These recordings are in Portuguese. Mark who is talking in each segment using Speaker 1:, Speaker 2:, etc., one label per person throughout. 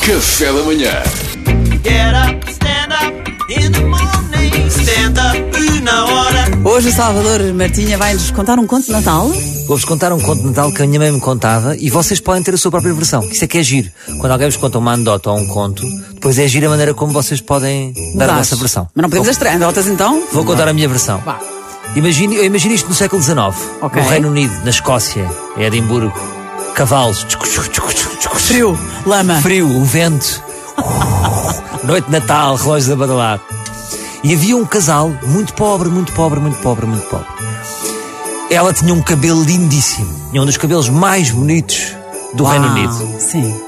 Speaker 1: Café da manhã.
Speaker 2: Get up, stand up in the morning. Stand up na hora.
Speaker 3: Hoje o Salvador Martinha vai-nos contar um conto de Natal.
Speaker 4: Vou-vos contar um conto de Natal que a minha mãe me contava e vocês podem ter a sua própria versão. que Isso é que é giro. Quando alguém vos conta uma anedota ou um conto, depois é giro a maneira como vocês podem dar a vossa versão.
Speaker 3: Mas não podemos
Speaker 4: Vou-
Speaker 3: as três anedotas então?
Speaker 4: Vou contar a minha versão.
Speaker 3: Vá.
Speaker 4: Imagine, eu imagino isto no século XIX,
Speaker 3: Ok.
Speaker 4: no Reino Unido, na Escócia, em Edimburgo. Cavalos.
Speaker 3: Frio, lama.
Speaker 4: Frio, o vento. Oh, Noite de Natal, relógios a badalar. E havia um casal muito pobre, muito pobre, muito pobre, muito pobre. Ela tinha um cabelo lindíssimo. Tinha um dos cabelos mais bonitos do Reino
Speaker 3: Uau,
Speaker 4: Unido.
Speaker 3: Ah, Sim.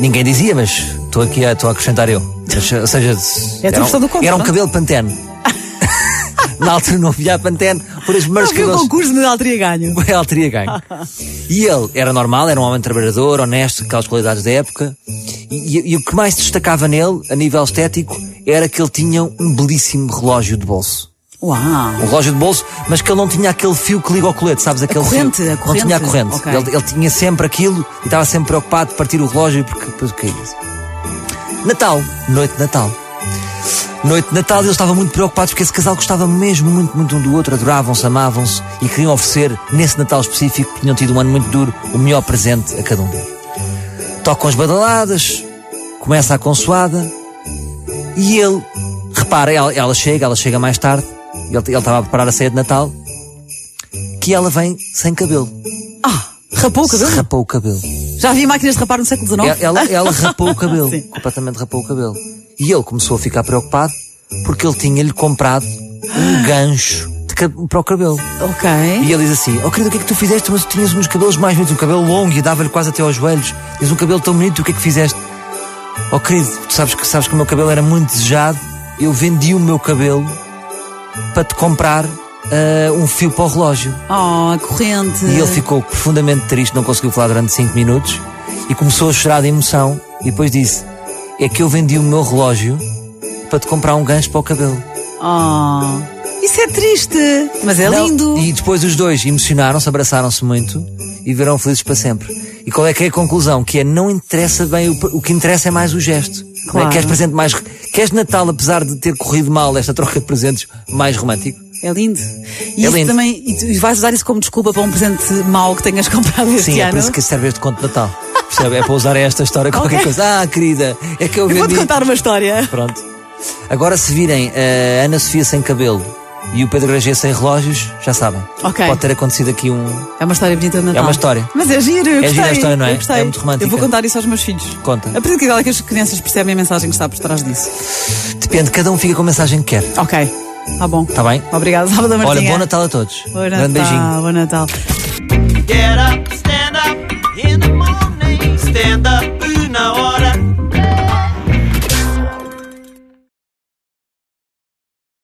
Speaker 4: Ninguém dizia, mas estou aqui a, estou a acrescentar eu. Mas, ou seja,
Speaker 3: É a
Speaker 4: era,
Speaker 3: tradução
Speaker 4: um,
Speaker 3: do conto,
Speaker 4: era um
Speaker 3: não?
Speaker 4: cabelo pantene. Na altura não havia pantene, por isso
Speaker 3: Não
Speaker 4: meus
Speaker 3: vi o
Speaker 4: cabelos.
Speaker 3: concurso de Natal teria ganho.
Speaker 4: Ela teria ganho. E ele era normal, era um homem trabalhador, honesto, aquelas qualidades da época. E, e- e o que mais se destacava nele, a nível estético, era que ele tinha um belíssimo relógio de bolso. Um
Speaker 3: Uau.
Speaker 4: relógio de bolso, mas que ele não tinha aquele fio que liga ao colete, sabes? Aquele
Speaker 3: corrente,
Speaker 4: fio.
Speaker 3: a corrente.
Speaker 4: Não tinha a corrente.
Speaker 3: Ok.
Speaker 4: Ele, ele tinha sempre aquilo e estava sempre preocupado de partir o relógio porque depois caía. Natal, noite de Natal. Noite de Natal, eles estavam muito preocupados porque esse casal gostava mesmo muito, muito um do outro, adoravam-se, amavam-se e queriam oferecer, nesse Natal específico, que tinham tido um ano muito duro, o melhor presente a cada um deles. Tocam as badaladas, começa a consoada e ele, repara, ela, ela chega, ela chega mais tarde, ele ele estava a preparar a ceia de Natal, que ela vem sem cabelo.
Speaker 3: Ah, rapou o cabelo?
Speaker 4: Rapou o cabelo.
Speaker 3: Já havia máquinas de rapar no século XIX?
Speaker 4: Ela, ela- ela rapou o cabelo,
Speaker 3: Sim.
Speaker 4: completamente rapou o cabelo. E ele começou a ficar preocupado porque ele tinha-lhe comprado um gancho de ca- para o cabelo.
Speaker 3: Ok.
Speaker 4: E ele diz assim: Oh querido, o que é que tu fizeste? Mas tu tinhas uns cabelos mais bonitos, um cabelo longo e dava-lhe quase até aos joelhos. Tens um cabelo tão bonito, o que é que fizeste? Oh querido, tu sabes que, sabes que o meu cabelo era muito desejado, eu vendi o meu cabelo para te comprar ah, um fio para o relógio.
Speaker 3: Oh, a corrente.
Speaker 4: E ele ficou profundamente triste, não conseguiu falar durante 5 minutos e começou a chorar de emoção. E depois disse: É que eu vendi o meu relógio para te comprar um gancho para o cabelo.
Speaker 3: Oh. Isso é triste, mas é
Speaker 4: Não,
Speaker 3: lindo.
Speaker 4: E depois os dois emocionaram-se, abraçaram-se muito e viveram felizes para sempre. E qual é que é a conclusão? Que é não interessa bem, o, o que interessa é mais o gesto.
Speaker 3: Claro.
Speaker 4: Queres presente mais. Queres Natal, apesar de ter corrido mal esta troca de presentes, mais romântico?
Speaker 3: É lindo. E
Speaker 4: É
Speaker 3: isso
Speaker 4: lindo.
Speaker 3: também. E tu- e vais usar isso como desculpa para um presente mau que tenhas comprado este
Speaker 4: Sim, é
Speaker 3: ano.
Speaker 4: por isso que serve este conto de Natal. Percebe? É para usar esta história com qualquer
Speaker 3: Ok.
Speaker 4: coisa. Ah, querida, é que eu
Speaker 3: Eu
Speaker 4: vendi.
Speaker 3: vou-te contar uma história.
Speaker 4: Pronto. Agora, se virem a Ana Sofia sem cabelo e o Pedro Gragia sem relógios, já sabem.
Speaker 3: Ok.
Speaker 4: Pode ter acontecido aqui um.
Speaker 3: É uma história bonita de Natal.
Speaker 4: É uma história.
Speaker 3: Mas é giro, eu
Speaker 4: É
Speaker 3: gostei.
Speaker 4: giro a história, não é?
Speaker 3: Eu gostei.
Speaker 4: É muito romântica.
Speaker 3: Eu vou contar isso aos meus filhos.
Speaker 4: Conta.
Speaker 3: A partir de que idade é que as crianças percebem a mensagem que está por trás disso?
Speaker 4: Depende, cada um fica com a mensagem que quer.
Speaker 3: Ok. Tá bom.
Speaker 4: Está bem?
Speaker 3: Obrigada, Salvador
Speaker 4: Olha,
Speaker 3: Martinha.
Speaker 4: bom Natal a todos.
Speaker 3: Bom Natal.
Speaker 4: Grande beijinho.
Speaker 3: Bom Natal.
Speaker 2: Get up, stand up in the morning. Stand up